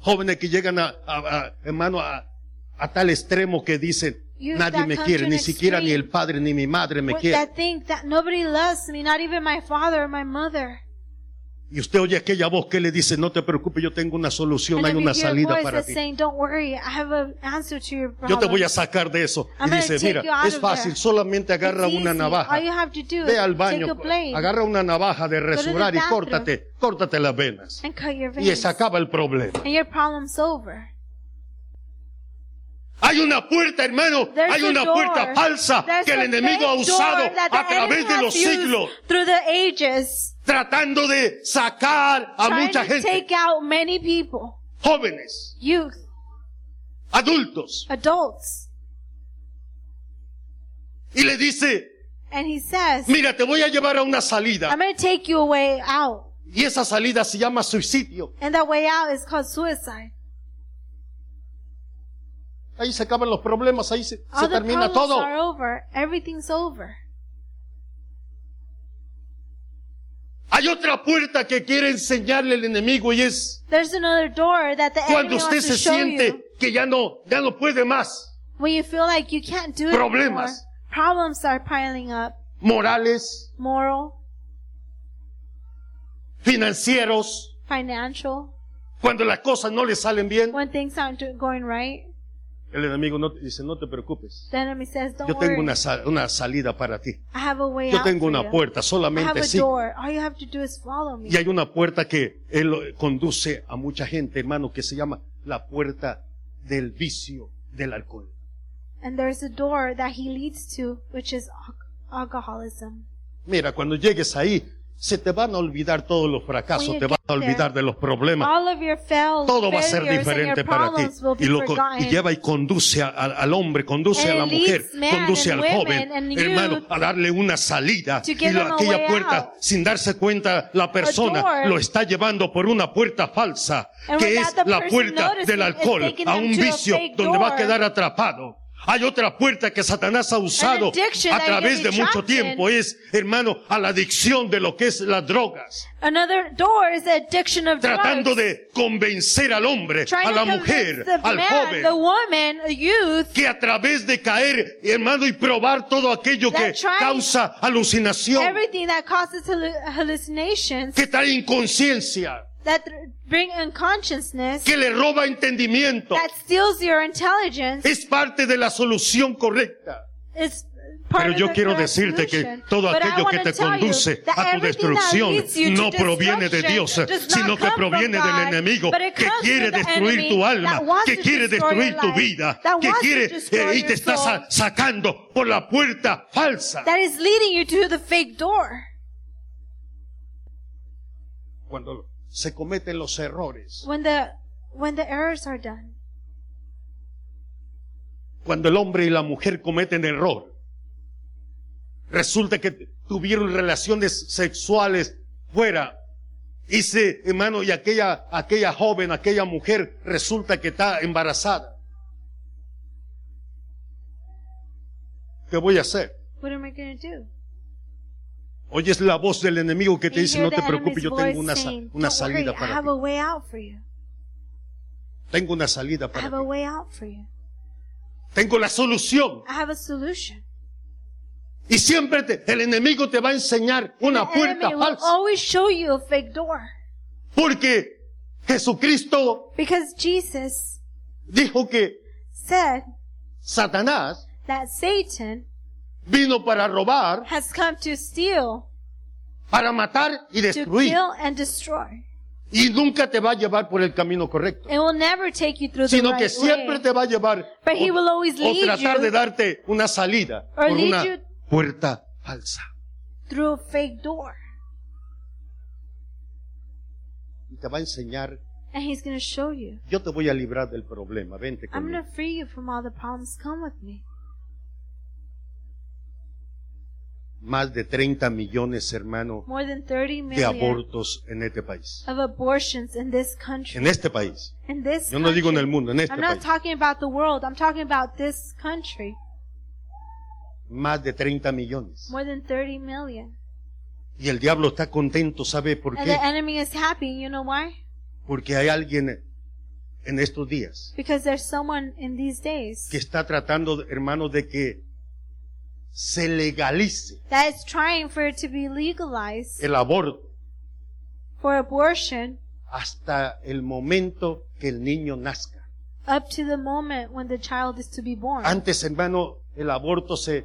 S1: Jóvenes que llegan a, a- a- hermano, a, a tal extremo que dicen,
S2: Youth
S1: nadie
S2: that
S1: me
S2: come
S1: quiere,
S2: to an
S1: ni siquiera ni
S2: extreme.
S1: el padre ni mi madre me
S2: What-
S1: quiere.
S2: that think that nobody loves me, not even my father or my mother.
S1: Y usted oye aquella voz que le dice, no te preocupes, yo tengo una solución,
S2: And
S1: hay
S2: if you
S1: una
S2: hear a
S1: salida
S2: voice
S1: para
S2: that's
S1: ti.
S2: saying, don't worry, I have an answer to your problem.
S1: Yo te voy a sacar de eso.
S2: I'm
S1: Y
S2: gonna
S1: dice,
S2: take you
S1: mira,
S2: out
S1: es
S2: of
S1: fácil,
S2: there.
S1: solamente agarra
S2: It's
S1: una
S2: easy.
S1: navaja,
S2: All you have to do
S1: ve al
S2: is
S1: baño,
S2: take a blade
S1: agarra una navaja de
S2: the
S1: resurar y
S2: bathroom.
S1: córtate, córtate las venas.
S2: and cut your veins.
S1: Y se acaba el problema.
S2: And your problem's over.
S1: Hay una puerta, hermano,
S2: There's
S1: hay
S2: a
S1: una
S2: door.
S1: puerta falsa
S2: There's
S1: que el
S2: a
S1: enemigo ha
S2: fake
S1: usado
S2: door that the
S1: a través
S2: enemy
S1: de
S2: has
S1: los
S2: used
S1: siglos,
S2: Through the ages,
S1: tratando de sacar a
S2: trying
S1: mucha
S2: to
S1: gente,
S2: take out many people,
S1: jóvenes,
S2: youth,
S1: adultos,
S2: adults.
S1: y le dice,
S2: And he says,
S1: mira, te voy a llevar a una salida.
S2: I'm going to take you away out.
S1: Y esa salida se llama suicidio.
S2: And that way out is called suicide.
S1: Ahí se acaban los problemas, ahí se, se
S2: All the
S1: termina
S2: problems
S1: todo.
S2: are over. Everything's over.
S1: Hay otra puerta que quiere enseñarle el enemigo y es
S2: There's another door that the
S1: cuando
S2: enemy
S1: usted
S2: wants to
S1: se
S2: show
S1: siente
S2: you.
S1: que ya no, ya no puede más.
S2: When you feel like you can't do it anymore,
S1: Problemas.
S2: problems are piling up.
S1: Morales,
S2: Moral,
S1: financieros,
S2: financial,
S1: cuando las cosas no le salen bien,
S2: when things aren't do- going right,
S1: el enemigo no, dice, no te preocupes.
S2: the enemy says, don't
S1: Yo
S2: worry,
S1: tengo una, sal- una salida para ti.
S2: I have a way
S1: Yo
S2: out
S1: tengo
S2: for
S1: una
S2: you.
S1: puerta,
S2: I have
S1: solamente
S2: a
S1: sí.
S2: door. All you have to do is follow me.
S1: Y hay una puerta que él eh, conduce a mucha gente, hermano, que se llama la puerta del vicio del alcohol.
S2: And there's a door that he leads to, which is al- alcoholism.
S1: Mira, cuando llegues ahí, se te van a olvidar todos los fracasos,
S2: When you
S1: te van a
S2: get there,
S1: olvidar de los problemas.
S2: All of your fail,
S1: Todo va a ser
S2: failures and
S1: diferente
S2: your
S1: para ti.
S2: problems will be
S1: Y, lo con-
S2: forgotten.
S1: y lleva y conduce a- al- al hombre, conduce a la
S2: And it
S1: mujer,
S2: leads men
S1: conduce al
S2: and
S1: joven,
S2: women and youth
S1: hermano, a darle una salida.
S2: to
S1: Y
S2: give
S1: la-
S2: them a
S1: aquella
S2: way
S1: puerta,
S2: out.
S1: sin darse cuenta, la persona
S2: door.
S1: lo está llevando por una puerta falsa,
S2: And
S1: que
S2: without
S1: es
S2: the
S1: la
S2: person
S1: puerta
S2: noticing,
S1: del
S2: it's
S1: alcohol,
S2: taking
S1: a
S2: them
S1: un
S2: to a
S1: vicio
S2: fake
S1: donde va a
S2: door.
S1: quedar atrapado. Hay otra puerta que Satanás ha usado
S2: addiction
S1: a
S2: that you're
S1: través de mucho
S2: trapped
S1: tiempo, es, hermano, a la adicción de lo que es las drogas.
S2: Another door is the addiction of
S1: tratando
S2: drugs.
S1: de convencer al hombre,
S2: Trying
S1: a
S2: to
S1: la
S2: convince
S1: mujer,
S2: the
S1: al
S2: man, the
S1: joven,
S2: woman, the youth,
S1: que a través de caer, hermano, y probar todo aquello
S2: That
S1: que
S2: trying-
S1: causa alucinación,
S2: everything that causes hallu- hallucinations,
S1: que trae inconsciencia,
S2: that th- bring unconsciousness,
S1: que le roba entendimiento,
S2: that steals your intelligence,
S1: es parte de la solución correcta.
S2: is part
S1: Pero
S2: of
S1: yo
S2: the
S1: quiero
S2: correct
S1: decirte que
S2: solution.
S1: todo
S2: But I
S1: aquello que
S2: wanna
S1: te
S2: tell you
S1: conduce
S2: that
S1: a tu
S2: everything that
S1: destrucción
S2: leads you to
S1: no proviene de Dios,
S2: destruction does not
S1: sino que
S2: come from
S1: proviene del
S2: God,
S1: enemigo
S2: but it
S1: que
S2: comes
S1: quiere
S2: from the
S1: destruir
S2: enemy
S1: tu
S2: that
S1: alma,
S2: wants
S1: que
S2: to
S1: quiere
S2: destroy
S1: destruir
S2: your
S1: tu
S2: life,
S1: vida,
S2: that
S1: que
S2: wants to
S1: quiere
S2: destroy
S1: eh, y te
S2: your
S1: está sa-
S2: soul.
S1: sacando por la puerta falsa.
S2: that is leading you to the fake door.
S1: Cuando se cometen los errores,
S2: When the when the errors are done,
S1: cuando el hombre y la mujer cometen error, resulta que tuvieron relaciones sexuales fuera. Y se, hermano, y aquella, aquella joven, aquella mujer resulta que está embarazada. ¿Qué voy a hacer?
S2: what am I going to do?
S1: Oyes la voz del enemigo que te
S2: You
S1: dice, no
S2: hear the
S1: te preocupes,
S2: enemy's
S1: yo tengo
S2: voice
S1: una, sa-
S2: saying,
S1: una
S2: "Don't worry,
S1: salida
S2: I
S1: para
S2: have
S1: ti.
S2: a way out for you.
S1: Tengo una salida
S2: I
S1: para
S2: have
S1: ti.
S2: a way out for you.
S1: Tengo la solución.
S2: I have a solution.
S1: Y siempre te- el enemigo te va a enseñar una
S2: the enemy
S1: puerta
S2: will
S1: falsa.
S2: always show you a fake door.
S1: Porque Jesucristo
S2: Because Jesus
S1: dijo que
S2: said
S1: Satanás
S2: that Satan
S1: vino para robar,
S2: has come to steal,
S1: para matar y
S2: to
S1: destruir.
S2: kill, and destroy.
S1: Y nunca te va a llevar por el camino correcto.
S2: It will never take you through the
S1: Sino que
S2: right
S1: siempre
S2: way.
S1: te va a llevar
S2: But he
S1: o-
S2: will always
S1: o
S2: lead
S1: tratar
S2: you.
S1: de darte una salida
S2: Or
S1: por
S2: lead
S1: una
S2: you-
S1: puerta falsa.
S2: Through a fake door.
S1: te va a enseñar,
S2: and he's going to show you.
S1: yo te voy a librar del problema, vente
S2: I'm
S1: conmigo.
S2: going to free you from all the problems. Come with me.
S1: Más de 30 millones, hermano,
S2: More than 30
S1: de
S2: million
S1: abortos en este país.
S2: of abortions in this
S1: En
S2: country.
S1: este país.
S2: In this
S1: Yo no digo en el
S2: country.
S1: mundo, en este
S2: I'm not
S1: país.
S2: talking about the world. I'm talking about this country.
S1: Más de 30 millones.
S2: More than 30 million.
S1: Y el diablo está contento, ¿sabe por
S2: And
S1: qué?
S2: the enemy is happy. You know why?
S1: Porque hay alguien en estos días
S2: Because there's someone in these days
S1: que está tratando, hermano, de que se legalice
S2: that is trying for it to be legalized
S1: el aborto
S2: for abortion
S1: hasta el momento que el niño nazca.
S2: up to the moment when the child is to be born.
S1: Antes, hermano, el aborto se,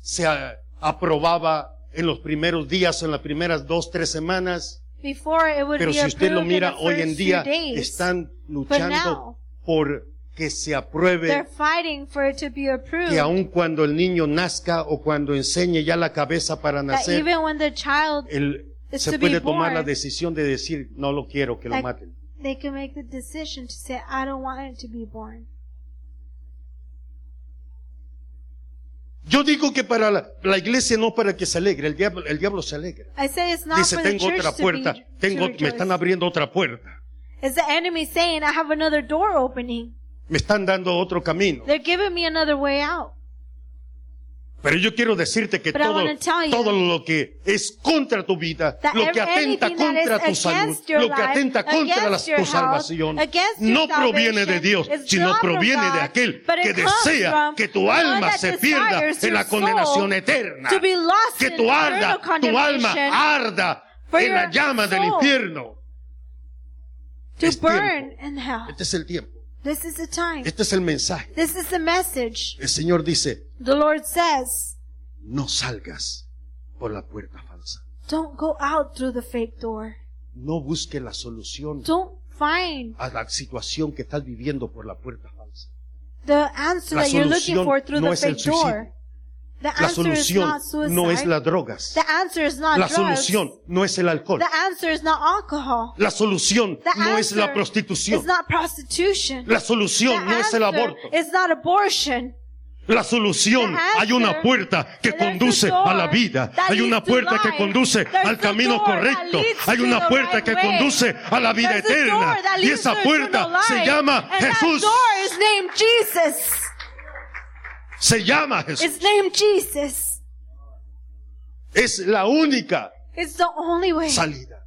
S1: se ah, aprobaba en los primeros días, en las primeras dos, tres semanas.
S2: Before it would
S1: Pero
S2: be
S1: si usted lo
S2: approved in the
S1: mira hoy en
S2: first
S1: día,
S2: few days.
S1: están luchando
S2: now,
S1: por que se apruebe
S2: They're fighting for it to be approved.
S1: que aun cuando el niño nazca o cuando enseñe ya la cabeza para
S2: that
S1: nacer,
S2: even when the child,
S1: el-
S2: is
S1: se
S2: to be
S1: puede tomar
S2: born.
S1: la decisión de decir, no lo quiero, que lo
S2: Like-
S1: maten.
S2: they can make the decision to say, I don't want it to be born.
S1: Yo digo que para la, la iglesia no para que se alegre, el diablo, el diablo se alegra.
S2: I say it's not
S1: Dice,
S2: for the
S1: tengo
S2: church
S1: otra
S2: to be
S1: puerta, tengo,
S2: to
S1: me están
S2: rejoice."
S1: abriendo otra puerta,
S2: It's the enemy saying, I have another door opening.
S1: me están dando otro camino.
S2: They're giving me another way out.
S1: Pero yo quiero decirte que
S2: But I
S1: todo,
S2: wanna tell you
S1: todo lo que es contra tu vida,
S2: That
S1: lo que
S2: ev-
S1: atenta
S2: anything that
S1: contra tu
S2: is
S1: salud,
S2: against your
S1: lo que
S2: life,
S1: atenta contra
S2: against
S1: la-
S2: your
S1: tu
S2: health,
S1: salvación,
S2: against your
S1: no
S2: salvation,
S1: proviene de Dios,
S2: is
S1: sino
S2: not from
S1: proviene de
S2: God,
S1: aquel
S2: but
S1: que
S2: it comes
S1: desea
S2: from
S1: que tu
S2: the one
S1: alma
S2: that
S1: se pierda
S2: desires
S1: en
S2: your
S1: la condenación
S2: soul
S1: eterna.
S2: To be lost
S1: Que
S2: in
S1: tu, arda,
S2: eternal
S1: tu alma
S2: condemnation,
S1: arda
S2: for
S1: en la
S2: your
S1: llama del
S2: soul.
S1: infierno.
S2: to
S1: es
S2: burn
S1: tiempo.
S2: in hell.
S1: Este es el tiempo,
S2: This is the time.
S1: este es el mensaje.
S2: This is the message.
S1: El Señor dice,
S2: The Lord says,
S1: no salgas por la puerta falsa.
S2: don't go out through the fake door.
S1: No busque la solución
S2: Don't find
S1: a la situación que estás viviendo por la puerta falsa.
S2: the answer
S1: La
S2: that you're looking
S1: solución
S2: for through
S1: no
S2: the
S1: es el
S2: fake door.
S1: suicidio.
S2: The
S1: La
S2: answer is
S1: solución
S2: not suicide.
S1: no es las drogas.
S2: the answer is not
S1: La
S2: drugs.
S1: solución no es el alcohol.
S2: The answer is not alcohol.
S1: La solución
S2: The
S1: no es la
S2: answer
S1: prostitución.
S2: It's not prostitution.
S1: La
S2: The
S1: solución no es el
S2: answer
S1: aborto.
S2: is not abortion.
S1: La solución,
S2: The answer
S1: hay una puerta que
S2: there's a
S1: conduce a la
S2: door
S1: vida,
S2: that
S1: hay
S2: leads
S1: una
S2: to
S1: puerta que
S2: life.
S1: conduce
S2: There's
S1: al
S2: a
S1: camino
S2: door that
S1: correcto,
S2: leads
S1: hay
S2: to
S1: una
S2: the
S1: puerta
S2: right
S1: que
S2: way.
S1: conduce a la vida
S2: There's a
S1: eterna
S2: door that
S1: y
S2: leads to
S1: esa
S2: eternal
S1: puerta se
S2: life.
S1: llama
S2: And
S1: Jesús,
S2: That door is named Jesus.
S1: se llama Jesús.
S2: It's named Jesus.
S1: Es la única
S2: It's the only way.
S1: salida.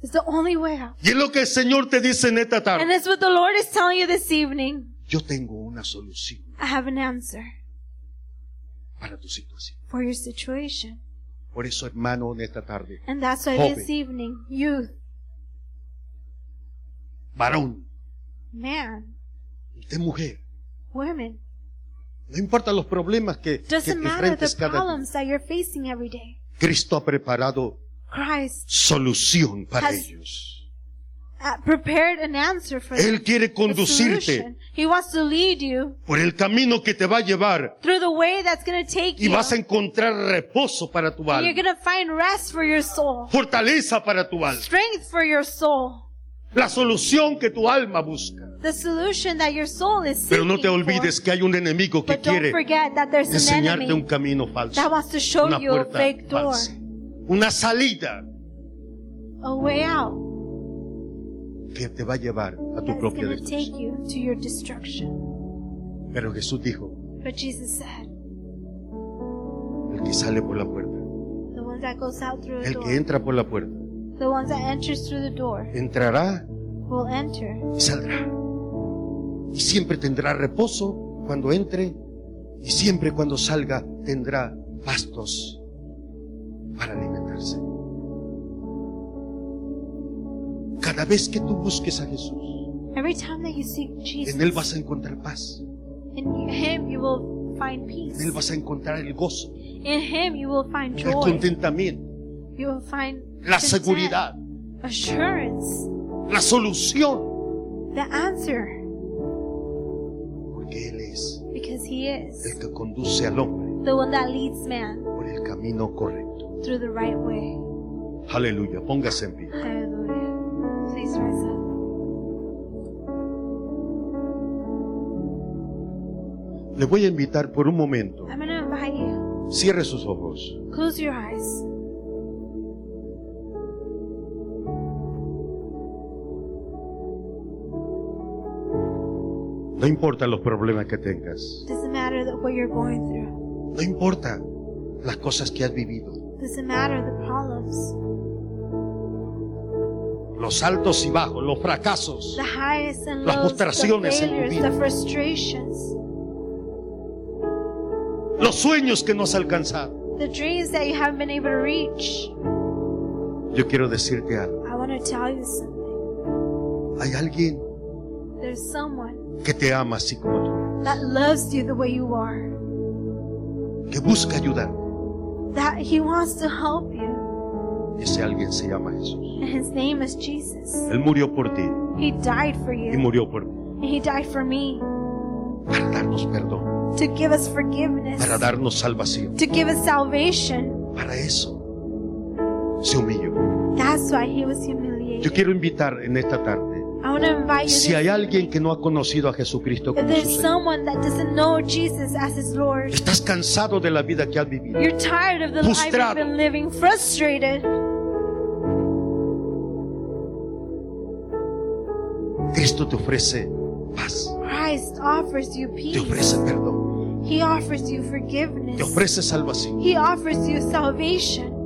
S2: It's the only way out.
S1: Y es lo que el Señor te dice en esta
S2: And
S1: tarde.
S2: that's what the Lord is telling you this evening.
S1: Yo tengo una solución.
S2: I have an answer
S1: para tu situación.
S2: for your situation.
S1: Por eso, hermano, en esta tarde,
S2: And that's why
S1: Joven.
S2: this evening, youth,
S1: varón,
S2: man,
S1: usted mujer,
S2: women,
S1: no importa los problemas que, que te
S2: doesn't matter the
S1: enfrentes cada día,
S2: problems that you're facing every day.
S1: Cristo ha preparado
S2: Christ
S1: solución para
S2: Has-
S1: ellos.
S2: uh, prepared an answer for them.
S1: Él quiere
S2: A
S1: conducirte
S2: solution. He wants to lead you
S1: por el camino que te va a llevar
S2: through the way that's going to take
S1: y
S2: you.
S1: vas a encontrar reposo para tu
S2: And you're
S1: alma,
S2: going to find rest for your soul,
S1: fortaleza para tu alma,
S2: strength for your soul,
S1: la solución que tu alma busca.
S2: the solution that your soul is
S1: Pero
S2: seeking.
S1: no te olvides
S2: for.
S1: que hay un enemigo que
S2: But don't
S1: quiere
S2: forget that there's an
S1: enseñarte un
S2: enemy
S1: camino falso,
S2: that wants to show
S1: una
S2: you a
S1: puerta
S2: fake door,
S1: falsa, una salida
S2: a way out
S1: que te va a llevar a tu
S2: that's
S1: propia
S2: going to
S1: destrucción.
S2: take you to your destruction.
S1: Pero Jesús dijo,
S2: But Jesus said,
S1: el que sale por la puerta,
S2: the one that goes out through a
S1: el que
S2: door,
S1: entra por la puerta,
S2: the one that enters through the door,
S1: entrará
S2: will enter
S1: y saldrá. Y siempre tendrá reposo cuando entre y siempre cuando salga tendrá pastos para alimentarse. Cada vez que tú busques a Jesús,
S2: Every time that you seek Jesus,
S1: en Él vas a encontrar paz,
S2: in Him you will find
S1: en
S2: peace.
S1: Él vas a encontrar el gozo,
S2: In Him you will find
S1: el
S2: joy.
S1: contentamiento,
S2: You will find
S1: la
S2: content,
S1: seguridad,
S2: assurance,
S1: la solución,
S2: the answer,
S1: porque Él es
S2: because He
S1: el
S2: is
S1: que conduce al hombre
S2: the one that leads man
S1: por el camino correcto.
S2: through the right way.
S1: Aleluya, póngase en pie.
S2: Hallelujah. Please Teresa.
S1: Les voy a invitar por un momento.
S2: I'm going to invite you.
S1: Cierre sus ojos.
S2: Close your eyes.
S1: No importa los problemas que tengas.
S2: Doesn't matter that what you're going through.
S1: No importa las cosas que has vivido.
S2: Doesn't matter the problems,
S1: Los altos y bajos, los fracasos.
S2: the highs and
S1: Las
S2: lows, the
S1: frustraciones en tu
S2: failures,
S1: vida.
S2: the frustrations,
S1: Los sueños que no has alcanzado.
S2: the dreams that you haven't been able to reach.
S1: Yo quiero decirte algo.
S2: I want to tell you something.
S1: Hay alguien
S2: There's someone
S1: que te ama así como tú.
S2: that loves you the way you are.
S1: Que busca ayudar.
S2: That he wants to help you.
S1: Y ese alguien se llama Jesús.
S2: And his name is Jesus.
S1: Él murió por ti.
S2: He died for
S1: Y
S2: you.
S1: murió por mí.
S2: And he died for me.
S1: Para darnos perdón.
S2: To give us forgiveness.
S1: Para darnos salvación.
S2: To give us salvation.
S1: Para eso se humilló.
S2: That's why he was
S1: Yo
S2: humiliated.
S1: quiero invitar en esta tarde.
S2: I want to invite you.
S1: Si
S2: this
S1: hay alguien
S2: evening.
S1: que no ha conocido a Jesucristo
S2: If
S1: como su
S2: there's
S1: Señor,
S2: someone that doesn't know Jesus as his Lord,
S1: estás cansado de la vida que has vivido,
S2: you're tired of the life
S1: Frustrado.
S2: you've been living, frustrated,
S1: Cristo te ofrece paz,
S2: Christ offers you
S1: te
S2: peace.
S1: ofrece perdón,
S2: He offers you
S1: te
S2: forgiveness.
S1: ofrece salvación.
S2: He offers you salvation.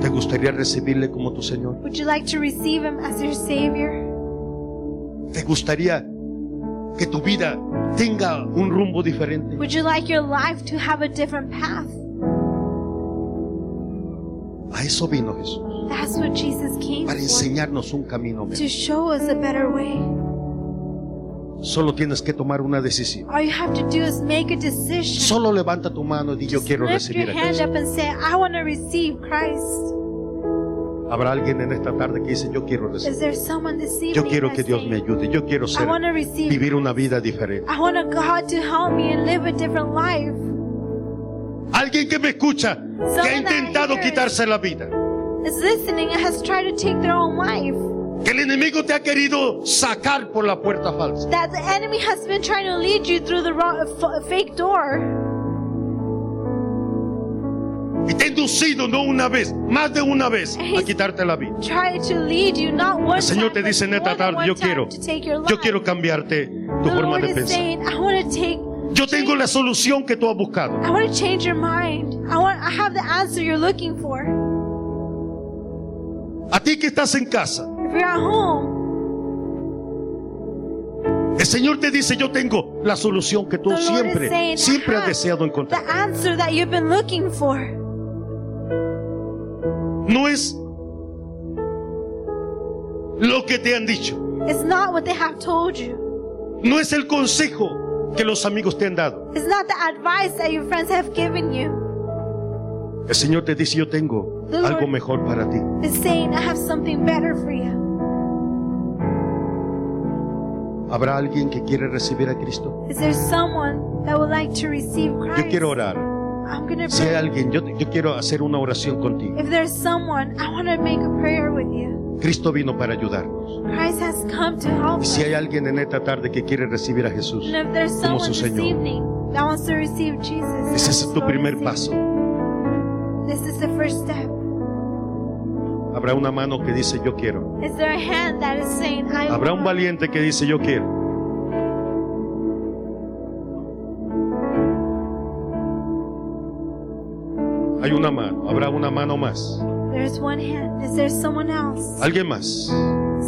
S1: ¿Te gustaría recibirle como tu Señor?
S2: Would you like to receive him as your Savior?
S1: ¿Te gustaría que tu vida tenga un rumbo diferente?
S2: Would you like your life to have a different path?
S1: A eso vino Jesús,
S2: That's what Jesus came
S1: para
S2: for.
S1: enseñarnos un camino mejor.
S2: To show us a better way.
S1: Solo tienes que tomar una decisión.
S2: All you have to do is make a decision.
S1: Solo levanta tu mano y di yo
S2: Just
S1: quiero
S2: lift
S1: recibir a
S2: your hand
S1: Cristo.
S2: up and say, I want to receive Christ.
S1: Habrá alguien en esta tarde que dice yo quiero recibir.
S2: Is there someone this evening?
S1: Yo quiero
S2: that's
S1: que Dios me
S2: saying,
S1: ayude. Yo quiero
S2: I
S1: ser,
S2: want to receive.
S1: vivir una vida diferente.
S2: I want God to help me and live a different life.
S1: Alguien que me escucha, que ha intentado quitarse la vida,
S2: Is listening and has tried to take their own life.
S1: que el enemigo te ha querido sacar por la puerta falsa.
S2: That the enemy has been trying to lead you through the wrong, f- fake door.
S1: Y te ha inducido, no una vez, más de una vez, a quitarte la vida.
S2: Try to lead you not one
S1: El Señor te
S2: time, but
S1: dice en esta
S2: more than
S1: tarde,
S2: one
S1: yo
S2: time
S1: quiero,
S2: to take your
S1: yo
S2: life.
S1: quiero cambiarte tu
S2: the
S1: forma
S2: Lord
S1: de
S2: is
S1: pensar.
S2: saying, I want to take.
S1: Yo tengo la solución que tú has buscado.
S2: I want to change your mind. I want. I have the answer you're looking for.
S1: A ti que estás en casa,
S2: If you're at home,
S1: el Señor te dice, yo tengo la solución que tú
S2: The Lord is
S1: siempre,
S2: saying,
S1: siempre has
S2: "Ajá,
S1: deseado
S2: the
S1: encontrar.
S2: answer that you've been looking for.
S1: No es lo que te han dicho,
S2: It's not what they have told you.
S1: no es el consejo que los amigos te han dado.
S2: It's not the advice that your friends have given you.
S1: El Señor te dice, yo tengo
S2: The
S1: algo
S2: Lord-
S1: mejor para ti.
S2: It's saying, I have something better for you.
S1: ¿Habrá alguien que quiere recibir a Cristo?
S2: Is there someone that would like to receive Christ?
S1: Yo quiero orar.
S2: I'm gonna
S1: Si hay
S2: pray.
S1: alguien, yo, yo quiero hacer una oración contigo.
S2: If there's someone, I want to make a prayer with you.
S1: Cristo vino para ayudarnos.
S2: Christ has come to help
S1: Y
S2: us.
S1: si hay alguien en esta tarde que quiere recibir a Jesús,
S2: And if there's
S1: como
S2: someone
S1: su
S2: this
S1: Señor,
S2: evening that wants to receive Jesus,
S1: ese es
S2: as
S1: tu
S2: Lord and
S1: primer
S2: Savior,
S1: paso.
S2: This is the first step.
S1: Habrá una mano que dice, yo quiero.
S2: Is there a hand that is saying, I
S1: Habrá
S2: want-
S1: un valiente que dice, yo quiero. Hay una mano, habrá una mano más.
S2: There's one hand. Is there someone else?
S1: Alguien más.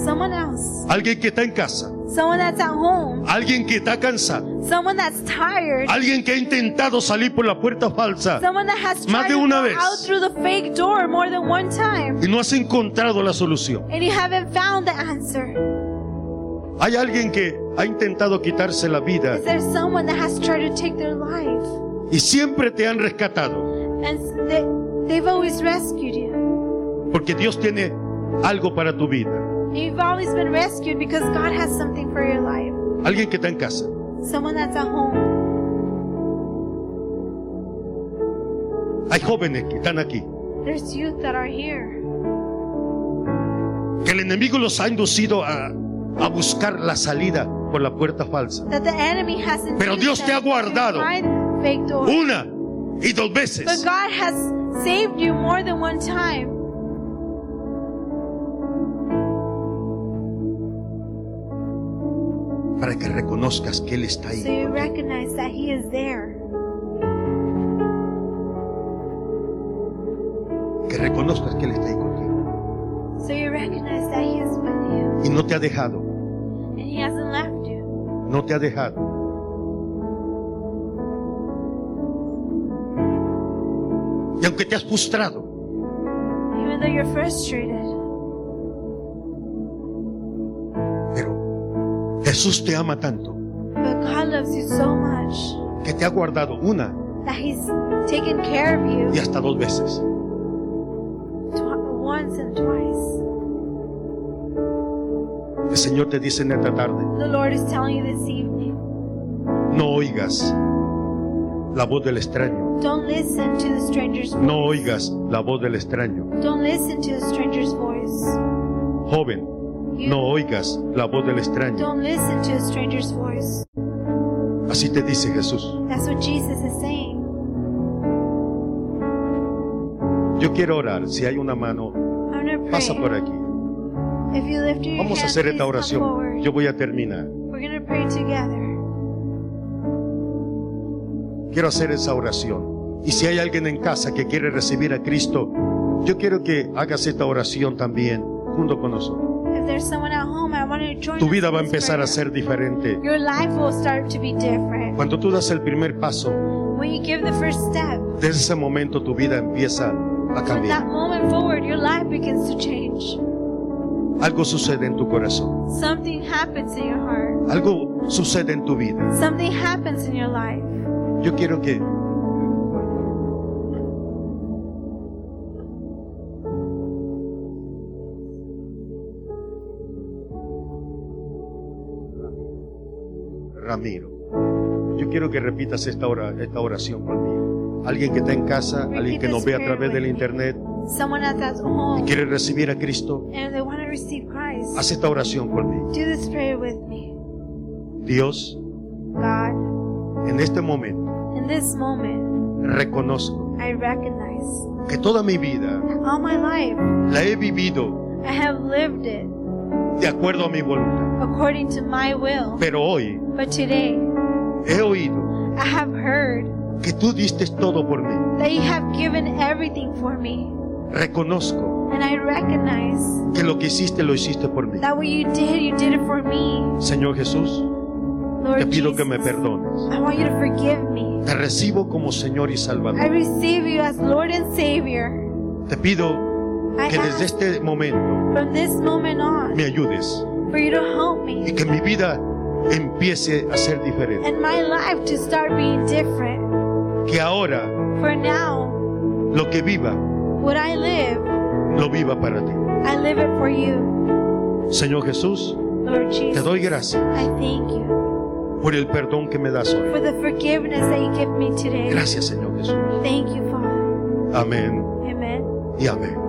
S2: Someone else.
S1: Alguien que está en casa.
S2: Someone that's at home.
S1: Alguien que está cansado.
S2: Someone that's tired.
S1: Alguien que ha intentado salir por la puerta falsa
S2: Someone that has
S1: Más
S2: tried
S1: de
S2: to
S1: una
S2: go
S1: vez.
S2: out through the fake door more than one time
S1: y no has encontrado la solución.
S2: and you haven't found the answer.
S1: Hay alguien que ha intentado quitarse la vida
S2: Is there someone that has tried to take their life
S1: y siempre te han rescatado.
S2: and s- they, they've always rescued you?
S1: Porque Dios tiene algo para tu vida.
S2: You've always been rescued because God has something for your life.
S1: Alguien que está en casa.
S2: Someone that's at home.
S1: Hay jóvenes que están aquí.
S2: There's youth that are here.
S1: que el enemigo los ha inducido a, a buscar la salida por la puerta falsa.
S2: that the enemy has not
S1: Pero Dios te ha guardado. Uh,
S2: Fake door.
S1: Una y dos
S2: But
S1: veces.
S2: God has saved you more than one time.
S1: Para que reconozcas que Él está
S2: So
S1: ahí.
S2: you recognize that He is there.
S1: Que reconozcas que Él está ahí contigo.
S2: So you recognize that He is with you.
S1: Y no te ha dejado.
S2: And He hasn't left you.
S1: No te ha dejado. Y aunque te has frustrado,
S2: Even though you're frustrated.
S1: pero Jesús te ama tanto
S2: But God loves you so much
S1: que te ha guardado una
S2: that He's taken care of
S1: y
S2: you
S1: hasta dos veces.
S2: tw- once and twice.
S1: El Señor te dice en esta tarde,
S2: The Lord is telling you this evening
S1: no oigas la voz del extraño,
S2: don't listen to the stranger's voice.
S1: no oigas la voz del extraño.
S2: Don't listen to the stranger's voice.
S1: Joven,
S2: You
S1: no oigas la voz del extraño.
S2: don't listen to a stranger's voice.
S1: Así te dice Jesús.
S2: That's what Jesus is saying.
S1: Yo quiero orar, si hay una mano,
S2: I'm going to pray.
S1: pasa por aquí.
S2: If you lift your
S1: Vamos a
S2: hand,
S1: hacer
S2: please
S1: esta
S2: come
S1: oración.
S2: forward.
S1: Yo voy a terminar.
S2: We're going to pray together.
S1: Quiero hacer esa oración. Y si hay alguien en casa que quiere recibir a Cristo, yo quiero que hagas esta oración también junto con nosotros.
S2: If there's someone at home, I want you to join
S1: Tu
S2: us
S1: vida
S2: in
S1: va a
S2: this
S1: empezar
S2: prayer.
S1: a ser diferente.
S2: Your life will start to be different.
S1: Cuando tú das el primer paso,
S2: When you give the first step,
S1: desde ese momento tu vida empieza a
S2: from that
S1: cambiar.
S2: moment forward, your life begins to change.
S1: Algo sucede en tu corazón.
S2: Something happens in your heart.
S1: Algo sucede en tu vida.
S2: Something happens in your life.
S1: Yo quiero que... Ramiro, yo quiero que repitas esta, ora- esta oración conmigo. Alguien que está en casa, alguien que nos ve a través del internet
S2: Someone at that
S1: y
S2: home,
S1: quiere recibir a Cristo,
S2: and they want to receive Christ.
S1: haz esta oración conmigo.
S2: Do this prayer with me.
S1: Dios,
S2: God,
S1: en este momento
S2: in this moment,
S1: reconozco
S2: I recognize
S1: que toda mi vida
S2: that all my life
S1: la he vivido
S2: I have lived it
S1: de acuerdo a mi voluntad.
S2: according to my will.
S1: Pero hoy
S2: But today,
S1: he oído
S2: I have heard
S1: que tú diste todo por mí.
S2: that you have given everything for me,
S1: Reconozco
S2: and I recognize
S1: que lo que hiciste lo hiciste por mí.
S2: that what you did, you did it for me.
S1: Señor Jesús, te
S2: Lord
S1: pido
S2: Jesus,
S1: que me perdones.
S2: I want you to forgive me.
S1: Te recibo como Señor y
S2: I
S1: Salvador.
S2: receive you as Lord and Savior.
S1: Te pido
S2: I
S1: que desde
S2: ask
S1: este momento
S2: from this moment on
S1: me ayudes
S2: for you to help
S1: y
S2: me
S1: que mi vida empiece a ser diferente.
S2: and my life to start being different.
S1: Que ahora
S2: For now,
S1: lo que viva,
S2: what I live,
S1: lo viva para ti.
S2: I live it for you,
S1: Señor Jesús,
S2: Lord
S1: te
S2: Jesus.
S1: doy gracias
S2: I thank you
S1: por el perdón que me das hoy.
S2: for the forgiveness that you give me today.
S1: Gracias, Señor Jesús.
S2: Thank you, Father.
S1: Amén
S2: Amen.
S1: y amén.